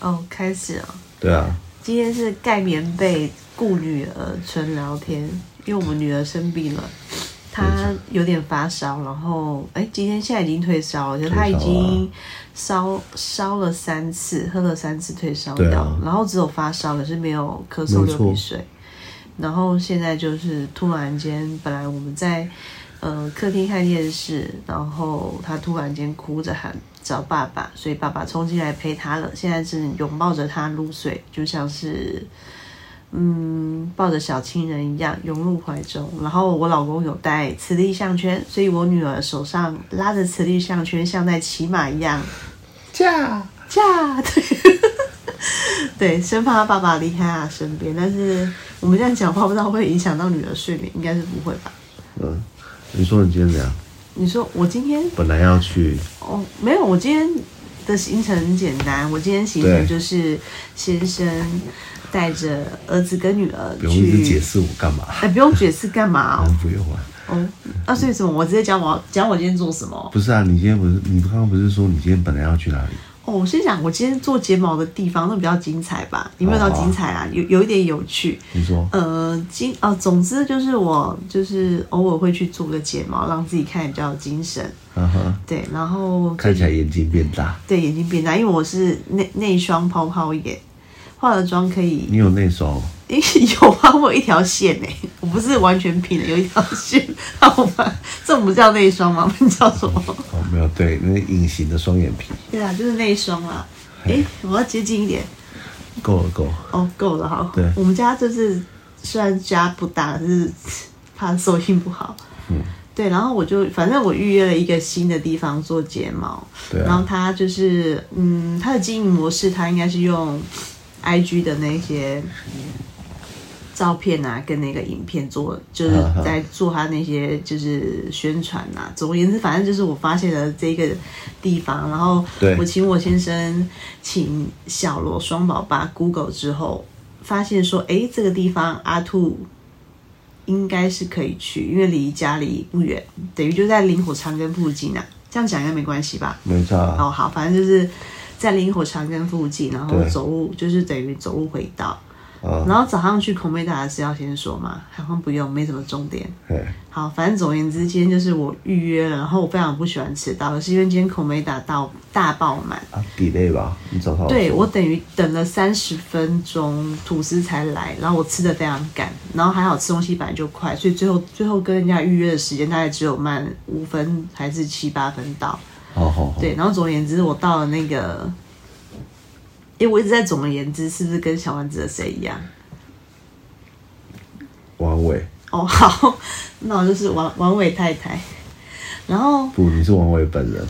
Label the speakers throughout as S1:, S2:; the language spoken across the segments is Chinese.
S1: 哦，开始哦。
S2: 对啊，
S1: 今天是盖棉被顾女儿纯聊天，因为我们女儿生病了，她有点发烧，然后哎，今天现在已经退烧了，就她已经烧烧了三次，喝了三次退烧
S2: 对
S1: 药，
S2: 啊
S1: 然后只有发烧，可是没有咳嗽、
S2: 没
S1: 流
S2: 错
S1: 鼻水。然后现在就是突然间，本来我们在呃客厅看电视，然后她突然间哭着喊找爸爸，所以爸爸冲进来陪她了。现在是拥抱着她入睡，就像是嗯抱着小亲人一样拥入怀中。然后我老公有戴磁力项圈，所以我女儿手上拉着磁力项圈，像在骑马一样
S2: 驾
S1: 驾，对，对，生怕他爸爸离开他身边。但是我们这样讲话，不知道会影响到女儿睡眠，应该是不会吧？
S2: 嗯，你说你今天怎样？
S1: 你说哦我今天
S2: 本来要去，
S1: 哦，没有，我今天的行程很简单。我今天行程
S2: 对
S1: 就是先生带着儿子跟女儿
S2: 不用一直解
S1: 去，
S2: 释我干嘛，
S1: 哎、不用解释干嘛哦
S2: 啊，不用啊，
S1: 哦，那、所以什么？我直接讲我讲我今天做什么。
S2: 不是啊，你今天不是你刚刚不是说你今天本来要去哪里？
S1: 哦，我先讲我今天做睫毛的地方，那比较精彩吧？有没有到
S2: 哦好啊
S1: 精彩啊？有有一点有趣。
S2: 你说，
S1: 呃，精呃，总之就是我就是偶尔会去做个睫毛，让自己看起来比较有精神。
S2: 啊哈，
S1: 对，然后
S2: 看起来眼睛变大，
S1: 对眼睛变大，因为我是内内双泡泡眼，化了妆可以
S2: 你有那双，
S1: 诶，有啊，我有一条线呢、 我不是完全平的，有一条线， 好吧？这不叫内双吗？我们叫什么？
S2: 哦，没有，对，那个隐形的双眼皮，
S1: 对啊，就是内双啦。诶，我要接近一点。
S2: 够了够了，
S1: 哦，够了哈。
S2: 对
S1: 我们家就是虽然家不大，但是怕收音不好。
S2: 嗯，
S1: 对，然后我就反正我预约了一个新的地方做睫毛，
S2: 对啊
S1: 然后他就是嗯，他的经营模式，他应该是用 I G 的那些照片啊，跟那个影片做，就是
S2: 啊哈
S1: 在做他那些就是宣传啊。总而言之，反正就是我发现了这个地方，然后
S2: 对
S1: 我请我先生请小罗双宝爸 Google 之后，发现说，诶，这个地方阿兔应该是可以去，因为离家里不远，等于就在林口长庚附近啊。这样讲应该没关系吧？
S2: 没差啊，
S1: 哦，好，反正就是在林口长庚附近，然后
S2: 对
S1: 走路就是等于走路回到。
S2: 啊，
S1: 然后早上去孔妹大的是要先说嘛，好像不用，没什么重点。
S2: 嘿，
S1: 好，反正总而言之，今天就是我预约了，然后我非常不喜欢迟到，可是因为今天孔妹大到大爆满，
S2: 啊，delay 吧，你找他，
S1: 对我等于等了三十分钟，吐司才来，然后我吃的非常赶，然后还好吃东西本来就快，所以最后最后跟人家预约的时间大概只有慢五分还是七八分到。
S2: 好好好，
S1: 对，然后总而言之，我到了那个，因为我一直在总而言之，是不是跟小丸子的谁一样？
S2: 王伟，
S1: 哦，好， 那我就是王王伟太太，然后
S2: 不，你是王伟本
S1: 哦
S2: 人，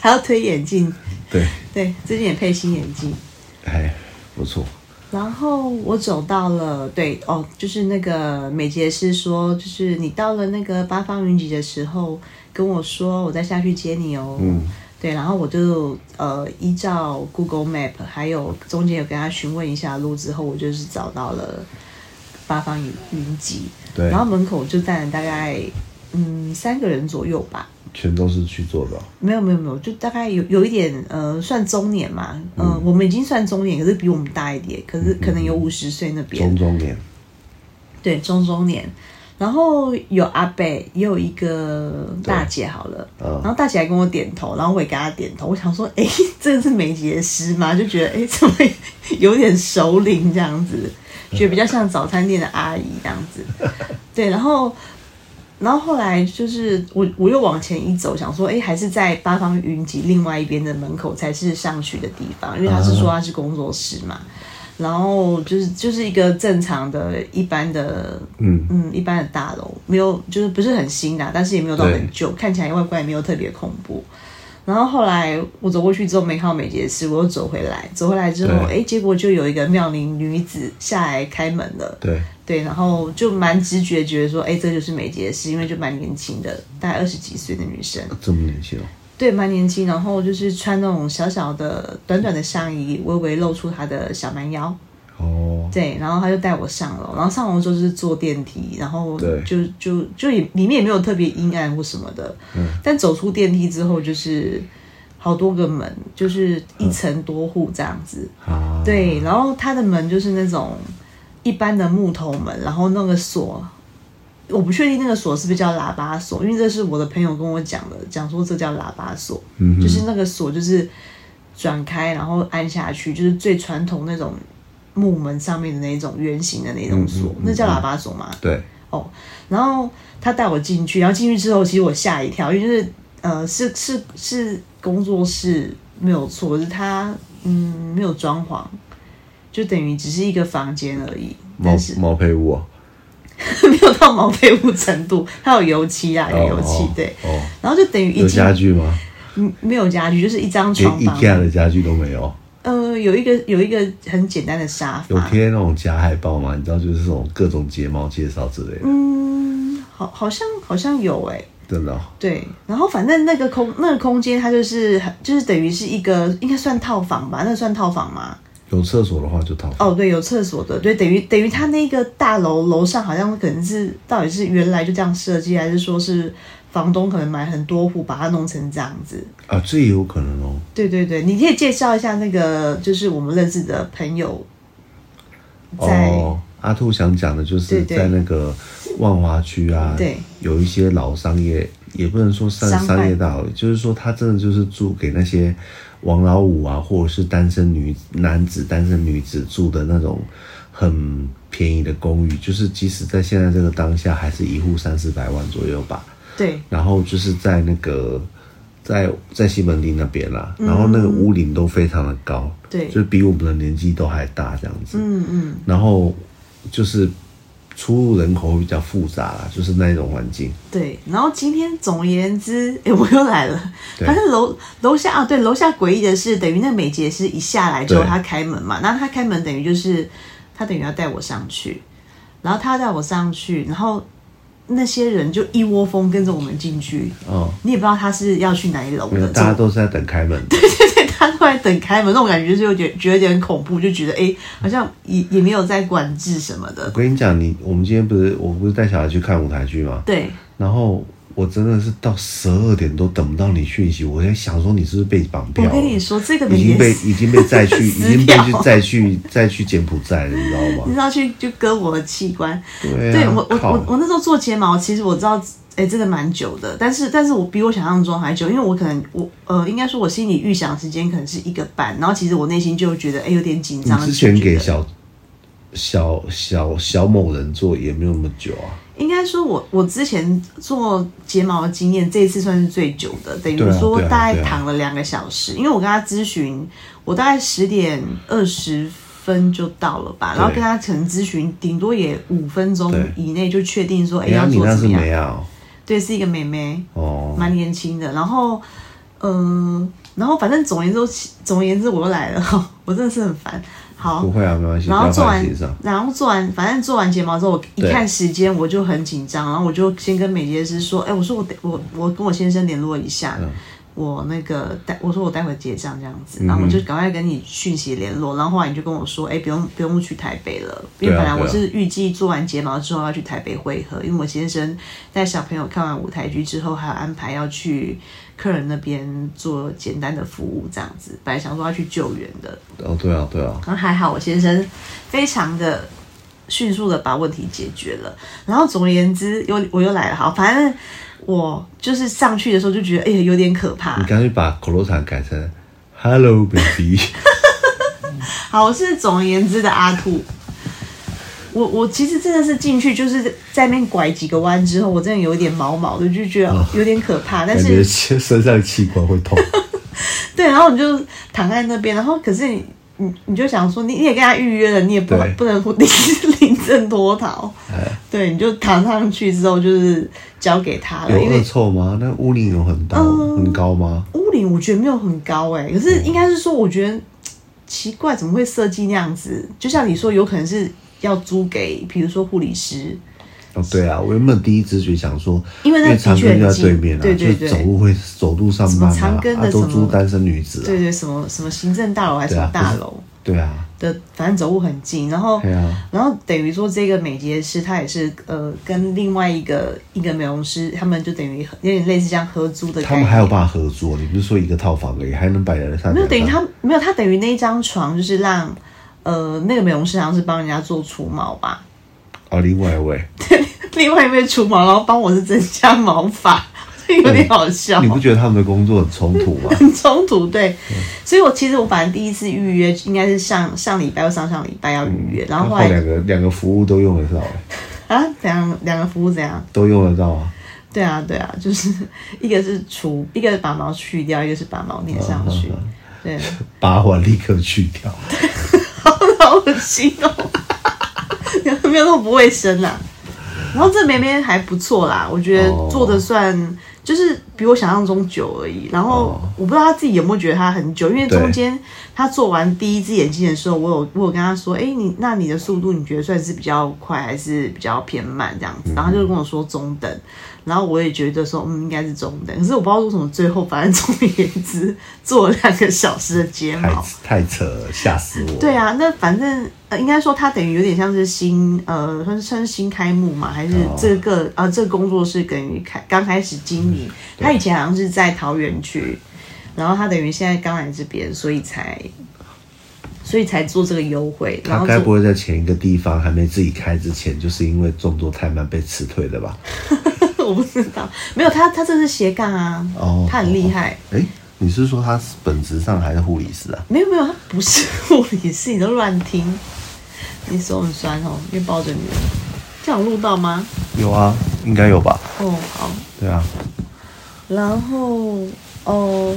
S1: 还要推眼镜，
S2: 对，
S1: 对，最近也配新眼镜。
S2: 哎，不错，
S1: 然后我走到了，对哦，就是那个美杰是说，就是你到了那个八方云集的时候，跟我说，我再下去接你哦。
S2: 嗯，
S1: 对，然后我就呃依照 Google Map，还有中间有跟他询问一下路之后，我就是找到了八方云云集，
S2: 对
S1: 然，后门口就站了大概嗯三个人左右吧，
S2: 全都是去做的哦，
S1: 没有没有没有，就大概有有一点呃算中年嘛，嗯、我们已经算中年，可是比我们大一点，可是可能有五十岁那边，
S2: 嗯中中年，
S1: 对中中年。然后有阿贝，也有一个大姐，好了，
S2: 嗯
S1: 然后大姐还跟我点头，然后我也跟她点头。我想说， 哎，这个是美睫师吗？就觉得，哎，怎么有点熟龄这样子，觉得比较像早餐店的阿姨这样子。对，然后，然后后来就是我我又往前一走，想说，哎，还是在八方云集另外一边的门口才是上去的地方，因为他是
S2: 嗯
S1: 说他是工作室嘛。然后就是就是一个正常的、一般的
S2: 嗯，
S1: 嗯，一般的大楼没有，就是不是很新的啊、但是也没有到
S2: 对
S1: 很旧，看起来外观也没有特别恐怖。然后后来我走过去之后，美好美睫师，我又走回来，走回来之后，
S2: 对
S1: 哎，结果就有一个妙龄女子下来开门了，
S2: 对，
S1: 对，然后就蛮直觉觉得说，哎，这就是美睫师，因为就蛮年轻的，大概二十几岁的女生，
S2: 这么年轻哦，
S1: 对，蛮年轻，然后就是穿那种小小的、短短的上衣，微微露出她的小蛮腰，
S2: 哦，
S1: 对，然后他就带我上楼，然后上楼之后就是坐电梯，然后
S2: 对
S1: 就就就也里面也没有特别阴暗或什么的，
S2: 嗯
S1: 但走出电梯之后就是好多个门，就是一层多户这样子。
S2: 啊，
S1: 对，然后它的门就是那种一般的木头门，然后那个锁，我不确定那个锁是不是叫喇叭锁，因为这是我的朋友跟我讲的，讲说这叫喇叭锁，
S2: 嗯哼
S1: 就是那个锁就是转开然后按下去，就是最传统那种木门上面的那种圆形的那种锁，
S2: 嗯嗯嗯
S1: 那叫喇叭锁吗？
S2: 对，
S1: 哦，然后他带我进去，然后进去之后，其实我吓一跳，因为、就是呃，是是是工作室没有错，可是他嗯没有装潢，就等于只是一个房间而已，
S2: 毛
S1: 但 是
S2: 毛坯屋啊，
S1: 没有到毛坯屋程度，它有油漆啊，有油漆，
S2: 哦
S1: 对，
S2: 哦，
S1: 然后就等于一
S2: 有
S1: 进
S2: 家具吗？
S1: 嗯没有家具，就是一张
S2: 连
S1: 床房，
S2: IKEA 的家具都没有。
S1: 呃，有一个有一个很简单的沙
S2: 有
S1: 发，
S2: 贴那种假海报吗？你知道，就是这种各种睫毛介绍之类的，
S1: 嗯，好好像好像有哎、
S2: 真的哦、
S1: 对，然后反正那个空那个空间，它就是很就是等于是一个应该算套房吧？那算套房吗？
S2: 有厕所的话就套房。
S1: 哦，对，有厕所的，对，等于等于它那个大楼楼上好像可能是到底是原来就这样设计，还是说是房东可能买很多户把它弄成这样子？
S2: 啊，这也有可能哦。
S1: 对对对，你可以介绍一下那个就是我们认识的朋友在，
S2: 哦，阿兔想讲的就是
S1: 对对
S2: 在那个万华区啊，
S1: 对，
S2: 有一些老商业，也不能说算
S1: 商贩
S2: 商业大楼，就是说他真的就是住给那些王老五啊，或者是单身女男子、单身女子住的那种很便宜的公寓，就是即使在现在这个当下，还是一户三四百万左右吧。
S1: 对
S2: 然后就是在那个在在西门町那边啦，
S1: 嗯
S2: 然后那个屋顶都非常的高，
S1: 对
S2: 就是比我们的年纪都还大这样子，
S1: 嗯嗯，
S2: 然后就是出入人口会比较复杂啦，就是那一种环境，
S1: 对，然后今天总而言之， 哎，我又来了。
S2: 对
S1: 反正楼楼下啊，对，楼下诡异的是，等于那美杰是一下来之后
S2: 对
S1: 他开门嘛，然后他开门等于就是他等于要带我上去，然后他带我上去，然后那些人就一窝蜂跟着我们进去，
S2: 哦，
S1: 你也不知道他是要去哪一楼
S2: 没有
S1: 的，
S2: 大家都是在等开门的，
S1: 对他突然等开门，那种感觉就是有点觉得有点恐怖，就觉得哎、诶好像也也没有在管制什么的
S2: 我，跟你讲，你我们今天不是我不是带小孩去看舞台剧吗？
S1: 对。
S2: 然后。我真的是到十二点都等不到你讯息，我在想说你是不是被绑票
S1: 我
S2: 了？
S1: 跟你说，这个美
S2: 已经
S1: 杰
S2: 被
S1: 斯
S2: 已经被再 去，已
S1: 撕
S2: 经被去
S1: 票
S2: 再去再去柬埔寨了，你知道
S1: 你
S2: 吗？
S1: 知道去就割我的器官。
S2: 对啊
S1: 我我
S2: 靠
S1: 我我那时候做睫毛，其实我知道，哎、真的蛮久的，但是但是我比我想象中还久，因为我可能我呃，应该说我心里预想时间可能是一个半，然后其实我内心就觉得哎、诶有点紧
S2: 你
S1: 张。
S2: 之前给
S1: 就觉得
S2: 小小小小某人做也没有那么久啊，
S1: 应该说我我之前做睫毛的经验，这一次算是最久的，等于
S2: 对啊
S1: 说
S2: 对啊
S1: 大概
S2: 对啊
S1: 躺了两个小时，因为我跟他咨询，我大概十点二十。分就到了吧，然后
S2: 对
S1: 跟他可能咨询，顶多也五分钟
S2: 对
S1: 以内就确定说，哎、
S2: 哎呀，
S1: 要
S2: 你
S1: 做
S2: 那
S1: 怎
S2: 是
S1: 么样
S2: 没？啊？
S1: 对，是一个妹妹，
S2: 哦，
S1: 蛮年轻的。然后，嗯、然后反正总而言之，总而言之，我又来了， 我真的是很烦。好
S2: 不，会啊，没关系，不
S1: 然后
S2: 要
S1: 做
S2: 放在
S1: 完
S2: 心上。，
S1: 然后做完，反正做完睫毛之后，我一
S2: 对
S1: 看时间我就很紧张，然后我就先跟美睫师说，哎，我说我得我我跟我先生联络一下。
S2: 嗯
S1: 我那个待我说我待会结账这样子，然后我就赶快跟你讯息联络，然后后来你就跟我说，哎、不用不用去台北了，因为
S2: 对
S1: 本
S2: 啊
S1: 来我
S2: 对啊
S1: 是预计做完睫毛之后要去台北汇合，因为我先生带小朋友看完舞台剧之后，还有安排要去客人那边做简单的服务这样子，本来想说要去救援的，
S2: 哦，对啊，对啊，
S1: 然后嗯还好，我先生非常的迅速的把问题解决了。然后总而言之，又我又来了，好，反正我就是上去的时候就觉得，哎、呀，有点可怕
S2: 你。干脆把口头禅改成 “Hello baby”，
S1: 好，我是总而言之的阿兔。我我其实真的是进去，就是在那边拐几个弯之后，我真的有一点毛毛的，就觉得有点可怕。 但
S2: 哦感
S1: 是
S2: 觉身上器官会 痛。
S1: 对，然后你就躺在那边，然后可是你你你就想说，你你也跟他预约了，你也不
S2: 对哎
S1: 不能临 临阵脱逃， 对，你就躺上去之后就是交给他了，
S2: 有
S1: 因
S2: 恶
S1: 为
S2: 臭吗？那屋顶有很高
S1: 嗯
S2: 很高吗？
S1: 屋顶我觉得没有很高哎、可
S2: 嗯
S1: 是应该是说我觉得奇怪，怎么会设计那样子？就像你说，有可能是要租给比如说护理师，
S2: 哦，对啊，我原本第一直觉想说，
S1: 因为那的确
S2: 长庚就
S1: 很
S2: 在
S1: 近
S2: 对面啊，
S1: 对对
S2: 就
S1: 对
S2: 是走路会走路上班
S1: 什么长庚
S2: 啊，
S1: 的
S2: 啊都
S1: 什么
S2: 租单身女子啊，
S1: 对对，什么什么行政大楼还是什么
S2: 对啊
S1: 大
S2: 不是
S1: 楼，
S2: 对啊，
S1: 的，反正走路很近，然后
S2: 对啊，
S1: 然后等于说，这个美睫师他也是呃，跟另外一个一个美容师，他们就等于有点类似像合租的概念。
S2: 他们还有办法合作。你不是说一个套房而已，还能摆在上面？
S1: 没有等于他没有他等于那一张床就是让呃那个美容师好像是帮人家做除毛吧，
S2: 哦，另外一位，
S1: 另外一位除毛，然后帮我是增加毛发， 这有点好笑
S2: 你。不嗯觉得他们的工作很冲突吗？
S1: 很冲突，对，所以我其实我反正第一次预约应该是上上礼拜或上上礼拜要预
S2: 嗯
S1: 约，然后后来
S2: 两个两个服务都用得到，哎
S1: 啊怎样两个服务怎样？
S2: 都用得到啊。
S1: 对啊，对啊，就是 一个是除，一个是把毛去掉，一个是把毛粘上去。对，
S2: 拔完立刻去掉，
S1: 好老恶心哦，没有那么不卫生啊。然后这梅梅还不错啦，我觉得
S2: 哦
S1: 做的算就是比我想象中久而已。然后
S2: 哦
S1: 我不知道他自己有没有觉得他很久，因为
S2: 对
S1: 中间他做完第一只眼睛的时候，我有我有跟他说，哎，你那你的速度你觉得算是比较快还是比较偏慢这样
S2: 嗯
S1: 子？然后他就跟我说中等，然后我也觉得说嗯应该是中等，可是我不知道为什么最后反正总而言之做了两个小时的睫
S2: 太
S1: 毛，
S2: 太扯了，吓死我。
S1: 对，啊，那反正呃，应该说他等于有点像是新呃，算是算是新开幕嘛，还是
S2: 哦
S1: 这个、呃这个工作室等于开刚开始经
S2: 嗯
S1: 营，他以前好像是在桃园区，然后他等于现在刚来这边，所以才所以才做这个优惠，然
S2: 他
S1: 后
S2: 该不
S1: 做
S2: 会在前一个地方还没自己开之前，就是因为动作太慢被辞退的吧？
S1: 我不知道，没有他他这是斜杠啊，
S2: 哦
S1: 他很厉害。
S2: 哎、你是说他本质上还是护理师啊？
S1: 没有没有，他不是 护理师，你都乱听。你手很酸哦，因为抱着你了。这样有录到吗？
S2: 有啊，应该有吧？
S1: 哦，好。
S2: 对啊，
S1: 然后，哦，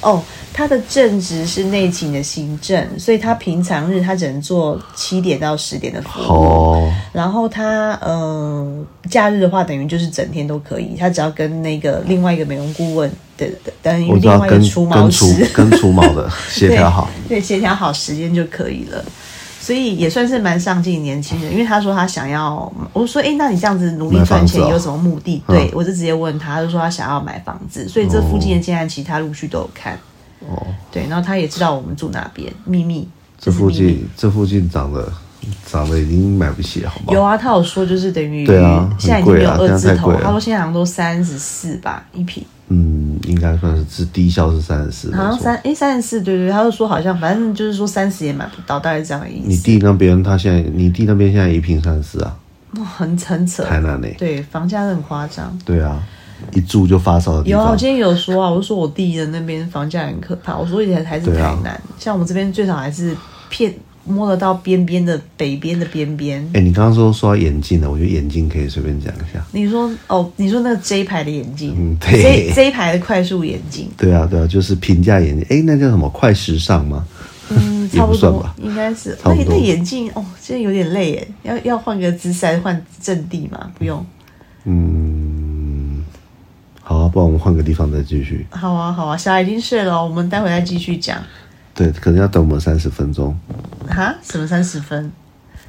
S1: 哦，他的正职是内勤的行政，所以他平常日他只能做七点到十点的服务。
S2: 哦，
S1: 然后他，呃，假日的话，等于就是整天都可以，他只要跟那个另外一个美容顾问的，的等于
S2: 我知
S1: 另
S2: 道
S1: 外一
S2: 跟
S1: 个除毛
S2: 跟除
S1: 师
S2: 跟除毛的协调好，
S1: 对，对，协调好时间就可以了。所以也算是蛮上进的年轻人，因为他说他想要，我说哎、诶那你这样子努力
S2: 买
S1: 赚
S2: 房子
S1: 钱
S2: 哦
S1: 有什么目的？
S2: 嗯
S1: 对我就直接问他，他就说他想要买房子，所以这附近的建案其实他陆续都有看。
S2: 哦，
S1: 对，然后他也知道我们住哪边，秘密。
S2: 这
S1: 是
S2: 附
S1: 秘密
S2: 近这附近长得长得已经买不起了，好不
S1: 有
S2: 好？
S1: 啊，他有说就是等于
S2: 对啊
S1: 现在已
S2: 很
S1: 经
S2: 贵
S1: 有
S2: 啊
S1: 二
S2: 这
S1: 字
S2: 样太
S1: 头，
S2: 贵了
S1: 他说现在好像都三十四吧一平。
S2: 嗯，应该算是是低消是三十四，没
S1: 好像
S2: 错
S1: 三哎三十四，对对，他就说好像反正就是说三十也买不到，大概这样的意
S2: 你
S1: 思。
S2: 弟那边他现在，你弟那边现在一平三十啊，
S1: 哇很很扯，
S2: 台南呢、
S1: 对，房价是很夸张。
S2: 对啊，一住就发烧的地
S1: 有啊，我
S2: 方。
S1: 今天有说啊，我就说我弟的那边房价很可怕，我说也还是
S2: 对
S1: 台
S2: 啊
S1: 南，像我们这边最少还是片摸得到边边的北边的边边。
S2: 哎、你刚刚说说到眼镜的，我觉得眼镜可以随便讲一下。
S1: 你说哦，你说那个 J 牌的眼镜、
S2: 嗯对
S1: j J 牌的快速眼镜，
S2: 对啊，对啊，就是平价眼镜。哎、那叫什么？快时尚吗？
S1: 嗯，
S2: 也
S1: 差
S2: 不
S1: 不
S2: 算
S1: 多
S2: 吧，
S1: 应该是。
S2: 差
S1: 那
S2: 不多
S1: 那眼镜哦，现在有点累耶，要要换个姿势，还是换阵地嘛？不用。
S2: 嗯，好啊，不然我们换个地方再继续。
S1: 好啊，好啊，小孩已经睡了哦，我们待会再继续讲。
S2: 对，可能要等我们三十分钟。
S1: 哈，什么三十分？